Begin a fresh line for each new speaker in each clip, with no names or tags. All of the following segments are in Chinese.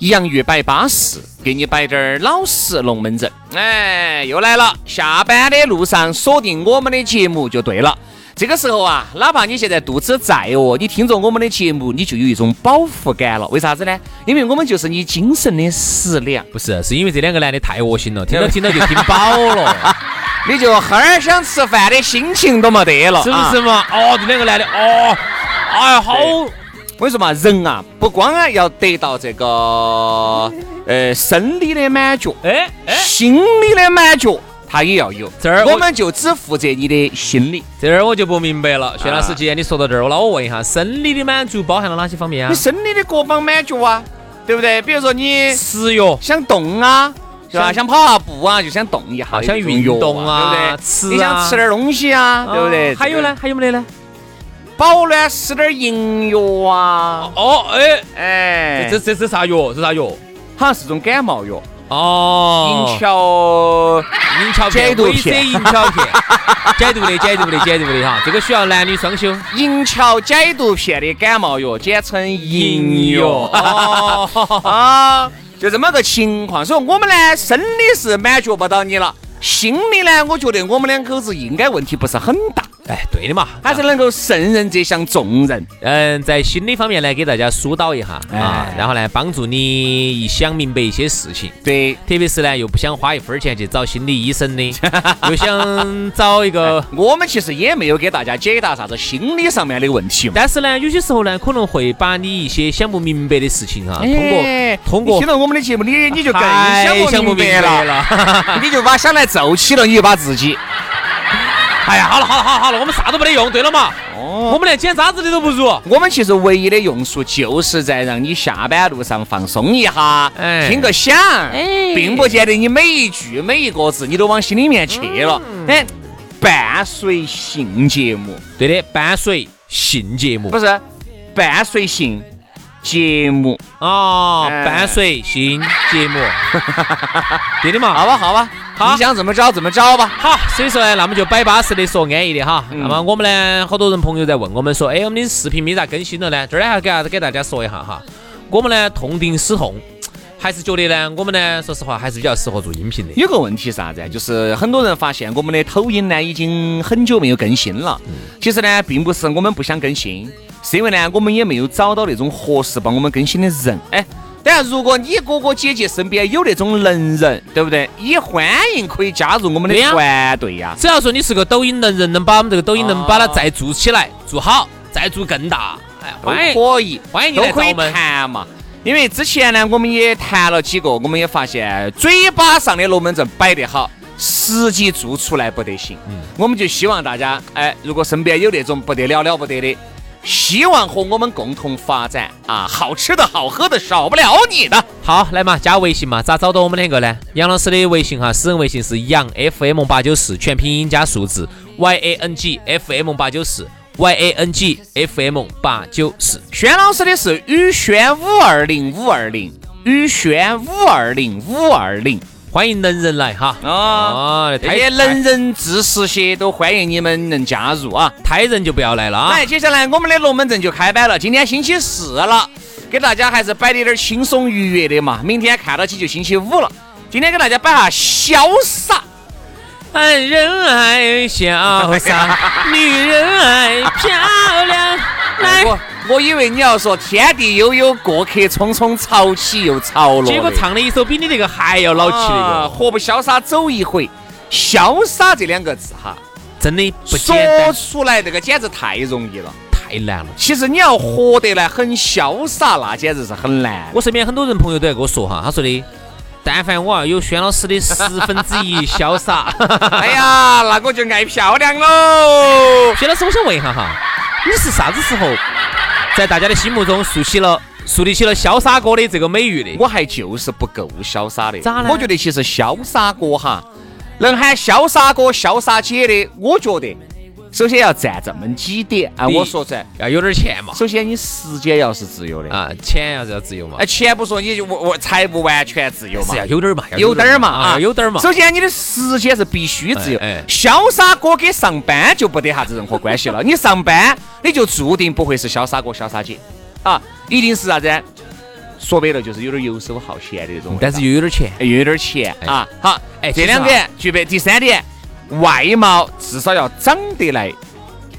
洋芋摆巴适，给你摆点儿老实龙门阵。哎，又来了，下班的路上锁定我们的节目就对了。这个时候啊，哪怕你现在肚子再饿，你听着我们的节目，你就有一种饱腹感了。为啥子呢？因为我们就是你精神的食粮，
不是，是因为这两个男的太恶心了，听到听到就听饱了，
你就哈儿想吃饭的心情都没得了，
是不是
啊
嘛？哦，这两个男的，哦，哎呀，好，
我跟你说嘛，人啊，不光啊要得到这个呃生理的满足，
哎哎，
心理的满足，他也要有。
这儿我
我们就只负责你的心理。
这儿我就不明白了，薛老师，
啊
既然你说到这儿，那我问一下，生理的满足包含了哪些方面啊
你？生理的各方满足啊，对不对？比如说你
吃药，
想动啊，是吧？
想
想跑下步啊，就想动一下，
啊想
有
运动
这种药对
啊
不对？
吃啊
你想吃点东西啊，对不对？
啊还有呢？，还有没得呢？
保暖吃点银药啊，
哦，哎，
哎，
这这是啥药？是啥药？
好像是种感冒药，
哦
银，桥
银桥
解毒
维
片
C 银桥 片，解毒的，解毒的，解毒的哈，这个需要男女双修。
银桥解毒片的感冒药，简称银药。
哦，
啊，就这么个情况。所以我们呢，生理是满足不到你了，心理呢，我觉得我们两口子应该问题不是很大，
哎，对的嘛，
还是能够胜任这项重任。
嗯，在心理方面呢，给大家疏导一下
哎
啊，然后呢，帮助你想明白一些事情。
对，
特别是呢，又不想花一分钱去找心理医 生的，又想找一个，
我们其实也没有给大家解答啥子心理上面的问题嘛。
但是呢，有些时候呢，可能会把你一些想不明白的事情哈、
哎
通过
你听
通过
到我们的节目，你你就更
太
想
想
不
不
明
明
白了，
白了。
你就把想来揍起了，你就把自己。
哎呀，好了好了好了好了，我们啥都没得用，对了嘛，
哦，
我们连捡渣子的都不如。
我们其实唯一的用处就是在让你下班路上放松一下，
哎
听个响，并不见得你每一句每一个字你都往心里面去了。哎，伴随性节目
对的，伴随性节目
不是伴随性节目，
啊，
哎
伴随性 节目，对的嘛。
好吧，好吧，
好
你想怎么着怎么着吧。
好，所以说呢，那么就摆巴适的说安逸的哈。那么我们呢，好多人朋友在问我们说，哎，我们的视频没咋更新了呢？这儿呢还给大家给大家说一下哈，我们呢痛定思痛，还是觉得呢，我们呢说实话还是比较适合做音频的。
有个问题是啥子啊？就是很多人发现我们的抖音呢已经很久没有更新了。
嗯
其实呢，并不是我们不想更新，是因为呢我们也没有找到那种合适帮我们更新的人。哎，当然，如果你哥哥姐姐身边有那种能人，对不对？也欢迎可以加入我们
对
的
呀
团队呀。
只要说你是个抖音能人，能把我们这个抖音能把它
哦
再做起来，做好，再做更大，哎，
都
欢迎
可以，
欢迎你
都
来找
可以
我们。
谈嘛。因为之前呢，我们也谈了几个，我们也发现嘴巴上的龙门阵摆得好，实际做出来不得行。我们就希望大家，哎，如果身边有那种不得了了不得的，希望和我们共同发展啊，好吃的好喝的少不了你的。
好，来嘛，加微信嘛，咋找到我们两个呢？杨老师的微信哈，私人微信是杨 FM 八九四，全拼音加数字 Y A N G F M 八九四，Y A N G F M 八九四。
轩老师的是宇轩五二零五二零，宇轩五二零五二零
欢迎能人来哈！
啊。
啊，
这
太
些能人志士些都欢迎你们能加入啊。
太人就不要来了啊！
来，哎接下来我们的龙门阵就开摆了。今天星期四了，给大家还是摆的有点轻松愉悦的嘛。明天看到起就星期五了。今天给大家摆下潇洒，
男人爱潇洒，女人爱漂亮，来
哎我我以为你要说天地悠悠，过客匆匆，潮起又潮落的。
结果唱的一首比你那个还要老气
啊
那个，
活不潇洒走一回，潇洒这两个字哈，
真的不简
说
单，
出来这个简直太容易了。
太难了。
其实你要活得来很潇洒，那简直是很难。
我身边很多人朋友都在跟我说哈，他说的，但凡我要有轩老师的十分之一潇洒，
哎呀，那我就爱漂亮喽。
轩老师，我想问一下哈，你是啥子时候在大家的心目中竖起了树立起了潇洒哥的这个美誉的？
我还就是不够潇洒的。
咋呢
我觉得其实潇洒哥哈，能喊潇洒哥、潇洒姐的，我觉得首先要占这么几点啊。
第一
我说出来，
要有点钱嘛，
首先你时间要是自由的，
啊，钱要是要自由嘛
哎，，前不说你就我我财务完全自由嘛
是，要有点儿嘛，要
有点儿嘛
啊，
啊，
要有点儿嘛。
首先你的时间是必须自由
哎哎，
潇洒哥跟上班就不得啥子任何关系 了。你上班，你就注定不会是潇洒哥、潇洒姐啊，一定是啥子？说白了就是有点游手好闲的那种味道。
但是又有点儿钱，
哎又有点钱
哎
啊。好，
哎
这
其实啊
两点具备。第三点，外貌至少要长得来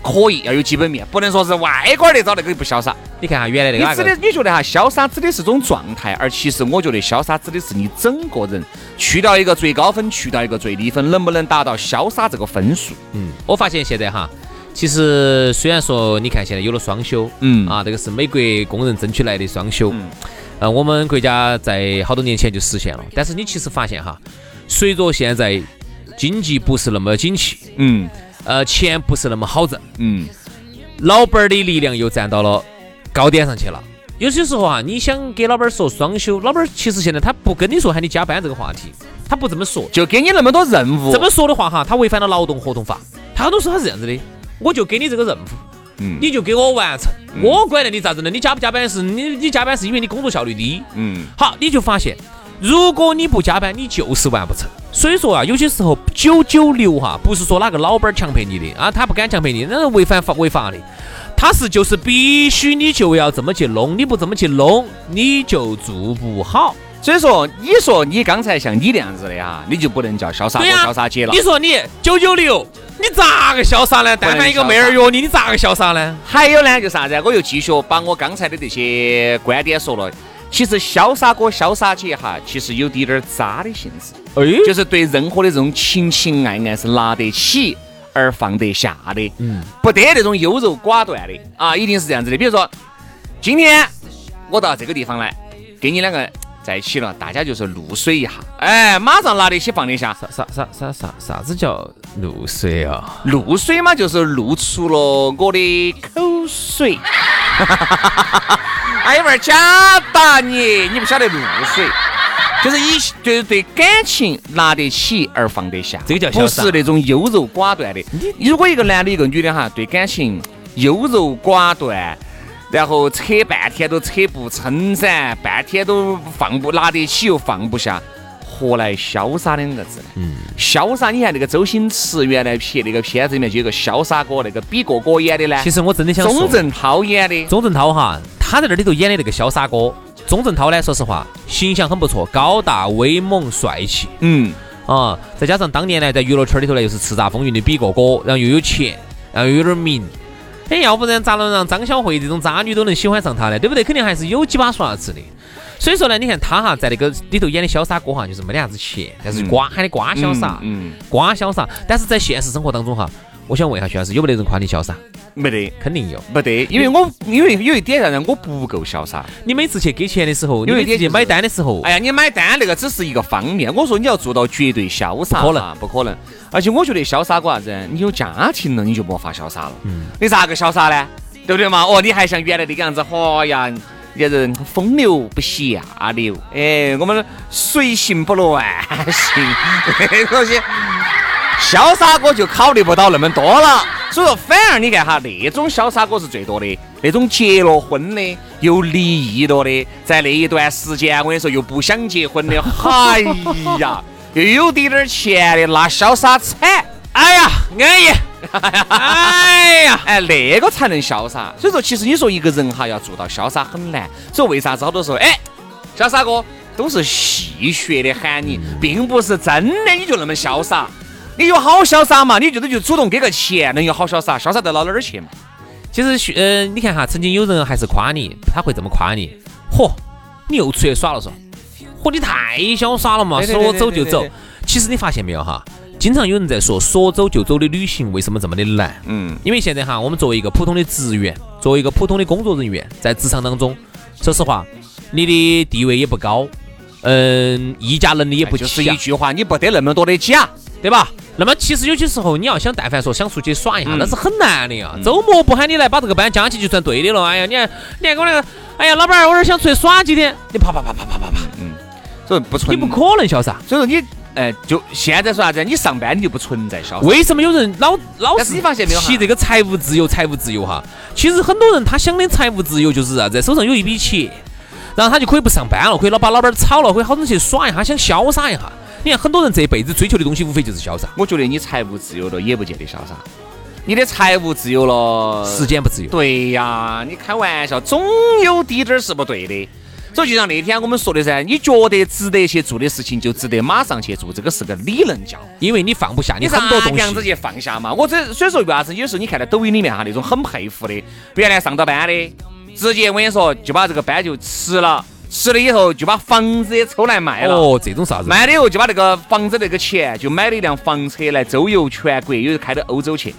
可以，要有基本面，不能说是歪瓜裂枣那个不潇洒。
你看哈，原来那
你
个哪
指
啊个
的，你觉得哈，潇洒指的是种状态，而其实我觉得潇洒指的是你整个人去掉一个最高分，去掉一个最低分，能不能达到潇洒这个分数？
嗯，我发现现在哈，其实虽然说你看现在有了双休，
嗯
啊，这个是美国工人争取来的双休，
嗯
呃，我们国家在好多年前就实现了，但是你其实发现哈，随着现在经济不是那么景气，
嗯
呃，钱不是那么好挣，
嗯，
老板儿的力量又站到了高点上去了。有些时候啊，你想给老板儿说双休，老板儿其实现在他不跟你说喊你加班这个话题，他不这么说，
就给你那么多任务
这，么说的话哈，他违反了劳动合同法。他很多时候他是这样子的，我就给你这个任务，
嗯
你就给我完成，我管得你咋子呢？你加不加班是你你加班是因为你工作效率低。
嗯
好，你就发现，如果你不加班，你就是完不成。所以说啊，有些时候九九六哈，不是说哪个老板儿强迫你的啊，他不敢强迫你，那是违反法违法的。他是就是必须你就要这么去弄，你不这么去弄，你就做不好。
所以说，你说你刚才像你那样子的哈，你就不能叫潇洒哥、
对啊呀、
潇洒姐了
你。说你九九六，你咋个潇洒呢？但凡一个妹儿约你，你咋个潇洒呢？
还有呢，就是啥子？我又继续把我刚才的这些观点说了。其实潇洒哥、潇洒姐哈，其实有滴点儿渣的性质，
哎，
就是对任何的这种情情爱爱是拿得起而放得下的，
嗯，
不得那种优柔寡断的啊，一定是这样子的。比如说，今天我到这个地方来，跟你两个在一起了，大家就是露水一下，哎，马上拿得起放得下。
啥啥啥啥啥啥子叫露水啊？
露水嘛，就是露出了我的口水。 哎呀妈儿，假打你！你不晓得露水，就是一就是对感情拿得起而放得下，
这个叫潇
不
洒
是那种优柔寡断的。如果一个男的，一个女的哈，对感情优柔寡断。然后扯半天都扯不撑噻，半天都放不拿得起又放不下，何来潇洒两个字呢？
嗯
潇洒，你看那个周星驰原来拍那个片子里面就有个潇洒哥，那个比哥哥演的呢，
其实我真的想说
钟镇涛演的，
钟镇涛哈，他在那里头演的那个潇洒哥，钟镇涛呢，说实话形象很不错，高大威猛帅气
嗯，
啊、再加上当年呢在娱乐圈里头呢又是叱咤风云的比哥哥，然后又有钱，然后又有点名，哎，要不然咋能让张小慧这种渣女都能喜欢上他呢？对不对？肯定还是有几把刷子的。所以说呢，你看他哈在那个里头演的潇洒哥哈，就是没得啥子钱，但是
嗯
瓜喊的瓜潇洒，
嗯，
瓜潇洒。但是在现实生活当中哈，我想问一下徐老师，有没得人夸你潇洒？
没得。
肯定有。
没得，因为我因为有一点让人我不够潇洒。
你每次去给钱的时候，你
有一
每次
点
去
就是
买单的时候，
哎呀，你买单那个只是一个方面，我说你要做到绝对潇洒，
不可能，
不可能。而且我觉得潇洒过啥子？你有家庭了，你就没法潇洒了。
嗯
你咋个潇洒呢？对不对嘛？哦，你还像原来那个样子，嚯呀，人家人风流不下流，哎，我们随性不乱 性，那东 西。潇洒哥就考虑不到那么多了。所以说，反而你看哈，那种潇洒哥是最多的，那种结了婚的，又离异了的，在那一段时间，我跟你说，又不想结婚 的，哎呀，又有滴点儿钱的，那潇洒惨。哎呀，安逸，哎呀， 哎，那个才能潇洒。所以说，其实你说一个人哈，要做到潇洒很难。所以为啥子好多时候，哎，潇洒哥都是戏谑的喊你，并不是真的你就那么潇洒。你有好潇洒嘛？你觉得就主动给个钱能有好潇洒？潇洒得到哪儿去嘛？
其实学，呃，你看哈，曾经有人还是夸你，他会这么夸你，嚯，你又出去耍了嗦，嚯，你太潇洒了嘛，
对对
说
对对
走就
对
走
对。
其实你发现没有哈，经常有人在说说走就走的旅行为什么这么的难？
嗯，
因为现在哈，我们作为一个普通的职员，作为一个普通的工作人员，在职场当中，说实话，你的地位也不高，嗯，议价能力也不
哎就
强，
是一句话，你不得那么多的假。
对吧？那么其实有些时候你要想，但凡说想出去耍一下，
嗯
那是很难的呀。周末不喊你来把这个班加起就算对的了。哎呀，你看，你看我那个，哎呀，老板儿，我这儿想出去耍几天，你啪啪啪啪啪啪 啪，
所以不存，
你不可能啊潇洒。
所以说你，哎，就现在说啥子？你上班你就不存在潇洒。
为什么有人老老
但是你发现没有哈
提这个财务自由？财务自由哈，其实很多人他想的财务自由就是啥子，手上有一笔钱，然后他就可以不上班了，可以老把老板儿炒了，可以好生去耍一下，想潇洒一下。你看很多人这一辈子追求的东西，无非就是潇洒，
我觉得你财务自由了也不见得潇洒，你的财务自由了，
时间不自由。
对呀，你开玩笑，总有滴点儿是不对的。所以就像那天我们说的噻，你觉得值得去做的事情，就值得马上去做，这个是个理论教。
因为你放不下你
你
很多
啥
东
样子
西。
去放下嘛？我这所以说为啥子有时候你看到抖音里面哈那种很佩服的，原来上到班的，直接我跟你说就把这个班就吃了，吃了以后就把房子也抽来卖了。
哦，这种啥子？
卖了以后就把那个房子那个钱就买了一辆房车来周游全国，又开到欧洲去，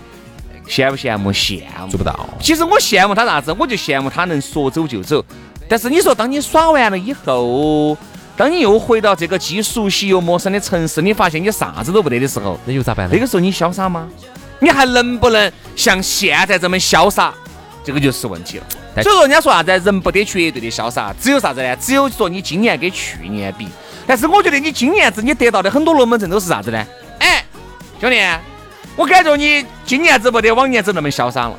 羡不羡慕？羡慕
做。不到。
其实我羡慕他啥子？我就羡慕他能说走就走。但是你说，当你耍完了以后，当你又回到这个既熟悉又陌生的城市，你发现你啥子都不得的时候，
那又咋办呢？
那个时候你潇洒吗？你还能不能像现在这么潇洒？这个就是问题了。
但
所以说，人家说啥子，人不得绝对的潇洒，只有啥子呢？只有说你今年跟去年比。但是我觉得你今年子你得到的很多龙门阵都是啥子呢？哎，兄弟，我感觉你今年子不得往年子那么潇洒了，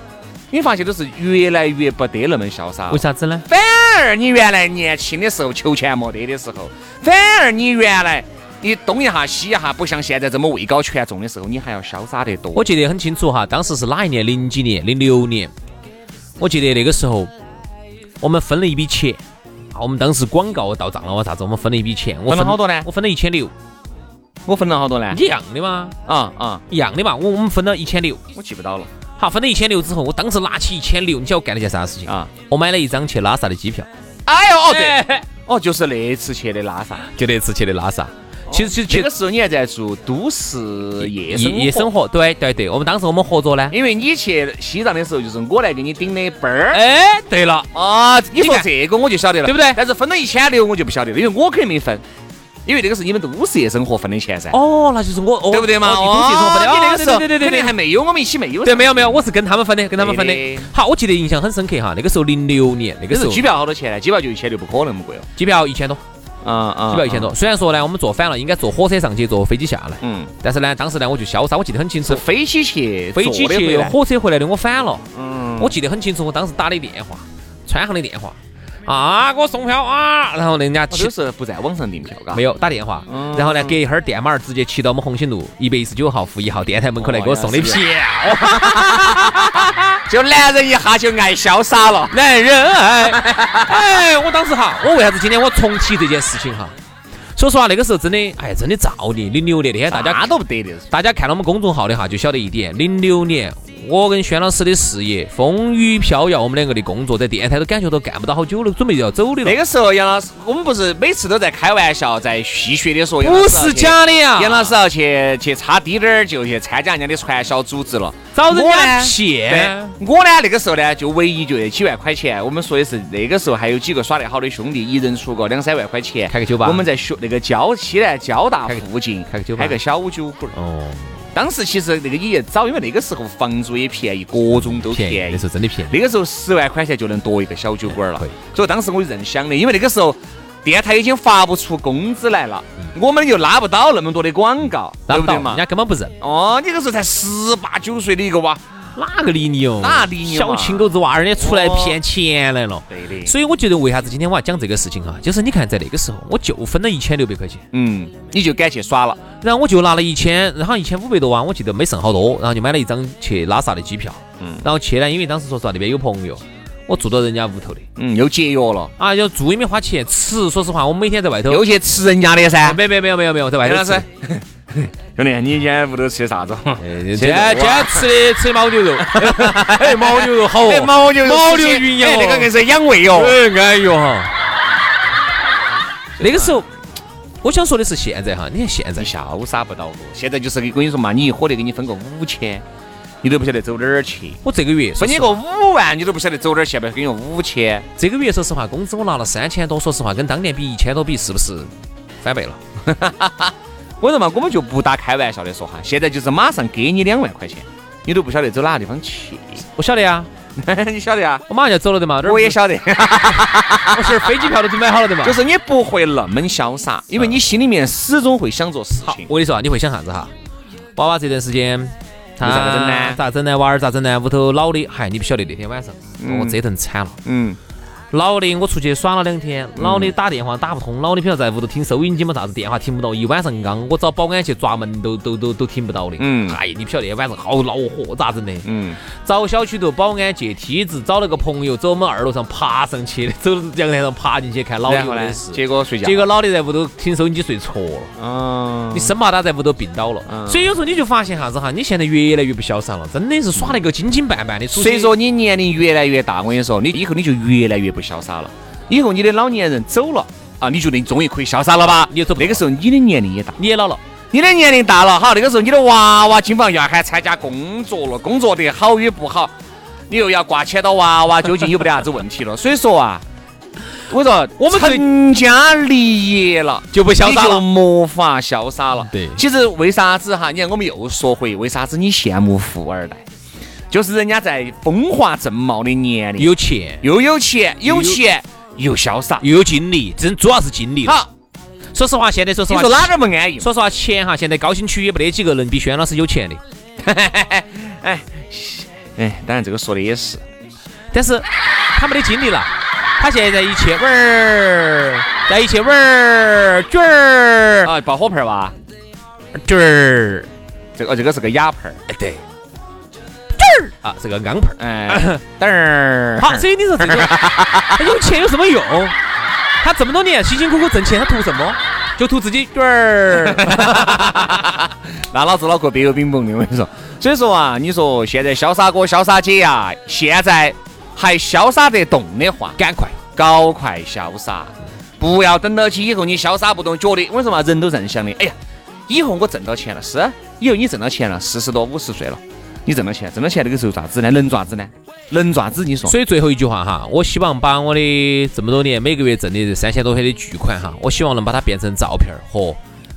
你发现都是越来越不得那么潇洒了
为。啥子呢？
反而你原来年轻的时候求钱没得的时候，反而你原来你东一下西一下，不像现在这么位高权重的时候，你还要潇洒得多。
我记得很清楚哈，当时是哪一年？零几年？零六年。我记得那个时候，我们分了一笔钱，啊，我们当时广告到账了哇啥子，我们分了一笔钱，我
分了好多呢
我分了一千六，
我分了好多呢？
一样的嘛，
啊啊，
一样的嘛，我我们分了一千六，
我记不到了
好，分了一千六之后，我当时拿起一千六，你晓得我干了件啥事情？
啊。
我买了一张去拉萨的机票，
哎呦，哦对，哦就是那次去的拉萨，
就那次去的拉萨。其实其实
这
其
个
实
时候你还在做都市夜生
夜生
活，
活，对对对，我们当时我们合作呢。
因为你去西藏的时候就是我来给你顶的班儿。
哎，对了，
啊，你说
看
这个我就晓得了，
对不对
但是分了一千六我就不晓得了，因为我肯定没分，因为那个是你们都市夜生活分的钱噻。
哦，那就是我，哦
对不对嘛？
哦你东西
哦
说不
你那个时候
对对对对
肯定
对
还没有我们一起没有。
对，没有没有，我是跟他们分的，跟他们分
对
的
的。
好，我记得印象很深刻哈，那个时候零六年，那
那
个时
是
候
机票好多钱呢？机票就一千六，不可能那么贵哦。
机票一千多，
啊啊
机票一千。多。虽然说呢，我们坐反了，应该坐火车上去，坐飞机下来。
嗯，
但是呢，当时呢，我就潇洒，我记得很清楚
是，飞机去，
飞机
坐的回
去，
来
火车回来的，我反了。
嗯，
我记得很清楚，我当时打的电话，川航的电话，啊，给我送票啊！然后人家
我
骑
都是不在网上订票，嘎。
没有打电话，然后呢，隔一会儿电马儿直接骑到我们红星路一百一十九号负一号电台门口来给我送的票。
就男人一下就爱潇洒 了。
男人哎，哎，我当时哈，我为啥子今天我重提这件事情哈？说实话，那个时候真的，哎，真的造孽。零六年那天大家
啥都不得的，
大家看了我们公众号的哈，就晓得一点，零六年我跟轩老师的事业风雨飘摇，我们两个的工作在电台都感觉都干不到好久了，准备就要走的了
那。个时候杨老师，我们不是每次都在开玩笑，在戏谑的说，杨老
不
师要
是
去
假的呀，
杨老师要去去差滴点儿就去参加人家的传销组织了，
找人
我
家
呢
骗。
对，哎我呢那个时候呢，就唯一就那几万块钱，我们说的是那个时候还有几个耍得好的兄弟，一人出个两三万块钱，
开个酒吧
我们在学那个郊西南交大
开个
附近
开个酒吧
开个小酒馆儿。
哦，
当时其实那个也早，因为那个时候房租也便宜，各种都
骗
便
那
宜
时。候真的骗。
那个时候十万块钱就能夺一个小酒馆儿了
可以，
所以当时我就这样想的，因为那个时候电台已经发不出工资来了，我们就拉不到那么多的广告，
拉
对
嗯不
不
到
对，嘛
人？家根本不认，
哦，你那个时候才十八九岁的一个娃，
哪个理你哦？
哪理你嘛
小青狗子娃儿，人家出来骗钱来了。
对的
所以我觉得为啥子今天我要讲这个事情哈，就是你看在那个时候，我就分了一千六百块钱，
嗯，你就敢去耍了。
然后我就拿了一千，然后一千五百多万，我记得没剩好多，然后就买了一张去拉萨的机票，
嗯
然后去呢，因为当时说实话那边有朋友，我住到人家屋头的，
嗯，又节约了，
啊，要住也没花钱，吃说实话我每天在外头，
又去吃人家的噻。
没没没有没有没有在外
杨
头
老
吃
师，哦兄弟，你今天屋头吃的啥子？
今天今天吃的吃的牦牛肉，哎，牦牛肉 好
哎
哦，
牦牛肉
牦
吃
牛
起
云羊
哎
哦
那个硬是养胃哦。
哎，哎呦哈。那个时候，我想说的是现在哈，你看现在
你，潇洒不到我，现在就是我跟你说嘛，你一伙得给你分个五千，你都不晓得走哪儿去。
我这个月
分
说
你
实
个
话，
五万，你都不晓得走哪儿去，不要给你五千。
这个月说实话，工资我拿了三千多，说实话，跟当年比一千多比，是不是翻倍了？
我说嘛，我们就不打开玩笑的说哈，现在就是马上给你两万块钱，你都不晓得走哪个地方去，
我晓得呀，
你晓得啊？
我马上就要走了的嘛，这儿
我也晓得，
不是飞机票都准备好了的嘛。
就是你不会那么潇洒，因为你心里面始终会想做事
好
情，。
我跟你说啊，你会想啥子哈？娃娃这段时间，他
你咋个整呢
咋整呢？娃儿咋整呢？屋头老的，嗨，你不晓得那天晚上我折腾惨了。
嗯，
老的我出去耍了两天，老的打电话打不通，老的不晓得在屋头听收音机嘛，啥子电话听不到，一晚上刚我找保安去抓门都都都都听不到的。
嗯
哎，你不晓得那晚上好恼火，咋整的？
嗯，
找小区头保安借梯子，找了个朋友走我们二楼上爬上去的， 走阳台上爬进去看老的
然
有
后
没
呢
有事，。
结果睡觉。
结果老的在屋头听收音机睡着了。
嗯
你，生怕他在屋头病倒了。
嗯
所以有时候你就发现啥子哈，你现在越来越不潇洒了，真的是耍了一个紧紧绊绊的。
随着你年龄越来越大，我跟你说，你以后你就越来越不潇洒了。以后你的老年人走了啊，你觉得你终于可以潇洒了吧？
你也走不
那个时候你的年龄也大，
你也老了，
你的年龄大了，好，那个时候你的娃娃经常要喊参加工作了，工作的好与不好，你又要挂牵到娃娃，究竟有没得啥子问题了？所以说啊，我说
我们最
成家立业了。
就不
你就。没法潇洒了。
对
其实为啥子哈？你看，我们又说回为啥子你羡慕富二代，就是人家在风华正茂的年龄，
有钱，
又有钱，有钱又潇洒。
又有精力，真主要是精力。，
好，
说实话，现在说实
你
话，
说哪点不安逸？
说实话，钱哈，现在高新区也没得几个能比轩老师有钱的。
哎，当然这个说的也是，
但是他没得精力了，他现在一切玩儿，在一切玩儿，卷儿
啊，爆火盆儿吧，
卷儿，
这个哦这个是个哑盆儿，
哎对，卷儿啊，是个钢盆儿。
哎，嘚儿。
好，所以你说 这个他有钱有什么用？他这么多年啊辛辛苦苦挣钱，他图什么？就图自己卷儿。
那老子脑壳别有冰崩的，我跟你说。所以说啊，你说现在潇洒哥、潇洒姐呀、现在还潇洒得动的话，赶快搞快潇洒，不要等到起以后你潇洒不动，觉得我跟你说嘛，人都这样想的。哎呀，以后我挣到钱了，是啊，以后你挣到钱了，四十多、五十岁了，你挣到钱，挣到钱那个时候咋子呢？能咋子呢？能咋子？你说？
哦所以最后一句话哈，我希望把我的这么多年每个月挣的这三千多块的巨款哈，我希望能把它变成照片儿和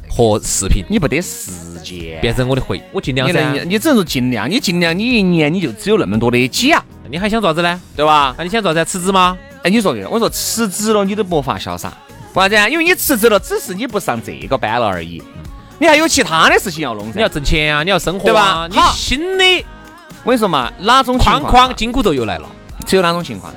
和视频，
你不得时间。
变成我的回忆。我尽量
你
噻
能，。你只能说尽量，你尽量，你一年你就只有那么多的假，
你还想做啥子呢？
对吧？
那你想做啥子？辞职吗？
哎，你说对了，我说辞职了你都没法潇洒，为啥子啊？因为你辞职了，只是你不上这个班了而已，你还有其他的事情要弄
你要
噻。
挣钱啊，你要生活
对
啊
吧
你
好
新的
我跟你说嘛，哪种情
框
况啊
框紧箍咒又来了。
只有哪种情况？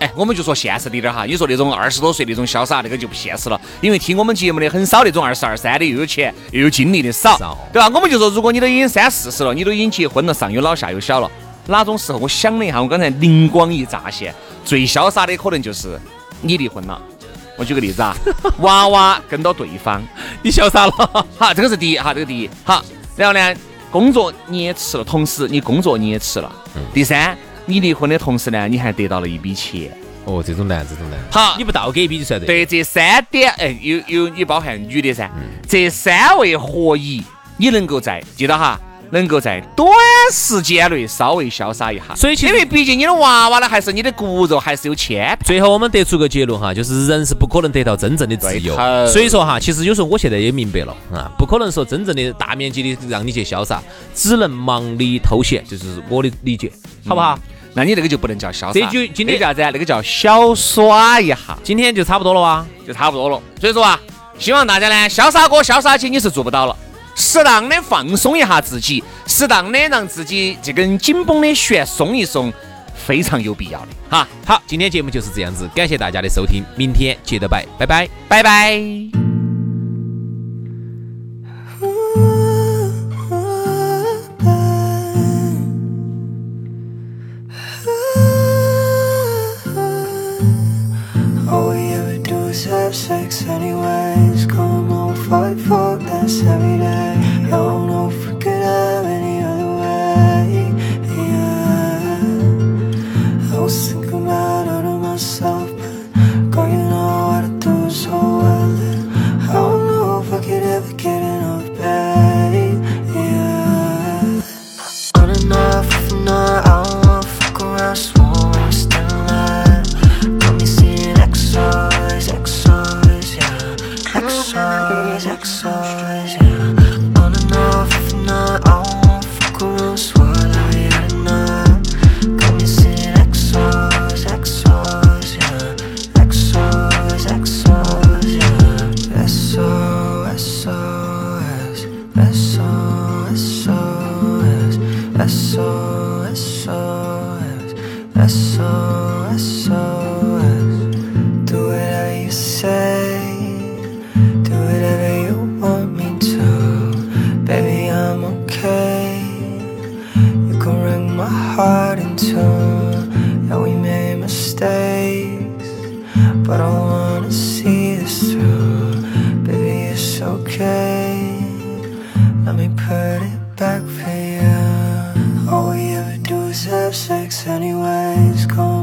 哎，我们就说现实一点哈，你说那种二十多岁那种潇洒，那个就不现实了，因为听我们节目的很少，那种二十二三的又有钱又有精力的少
少，
对吧？我们就说，如果你都已经三四十了，你都已经结婚了，上有老下有小了，哪种时候？我想了一下，我刚才灵光一乍现，最潇洒的可能就是你离婚了。我举个例子啊，娃娃跟到对方，
你潇洒了，
好，这个是第一哈，这个第一好。然后呢，工作你也辞了，同时你工作你也辞了。
嗯
第三，你离婚的同时呢，你还得到了一笔钱。
哦，这种难，这种难。
好
你，不倒给一笔就算得。
对这三点，哎，有有也包含女的噻。
嗯
这三位合一，你能够在记到哈，能够在短时间内稍微潇洒一下。
所以其实
因为毕竟你的娃娃呢，还是你的骨肉，还是有牵。
最后我们得出个结论哈，就是人是不可能得到真正的自由
对头，
所以说哈，其实有时候我现在也明白了啊，不可能说真正的大面积的让你去潇洒，只能忙里偷闲，就是我的理解，好不好？
那你那个就不能叫潇洒，
这嗯就今天
那个叫啥子啊？那个叫小耍一下。
今天就差不多了啊哇，
就差不多了。所以说啊，希望大家呢，潇洒哥、潇洒姐你是做不到了，适当的放松一下自己，适当的让自己这根紧绷的弦松一松，非常有必要的哈。
好，今天节目就是这样子，感谢大家的收听，明天接着拜，拜拜。
拜拜。
All we ever do is have sex anyways. Come on, fight for us every day. I don't know if we could have any other way. Yeah. I was thinking about out of myself, but girl, you know how to do it so well. And I don't know if I could ever get enough, babe. Yeah. On and off, off and on, I don't wanna fuck around, swore when you still alive. Got me seeing XOs, XOs, yeah. XOs, XOs, yeah. On and off, off and on, I don't wanna fuck around, swore that we had enough. Got me seeing XOs, XOs, yeah. XOs, XOs, yeah. SOS, SOS, SOS, SOS, SOS, SOS, SOS. Do whatever you say, do whatever you want me to. Baby, I'm okay. You can ring my heart in two. Yeah, we made mistakes, but I wanna see this through. Baby, it's okay. Let me put it back for you. All we ever do is have sex, anyways. Go Oh,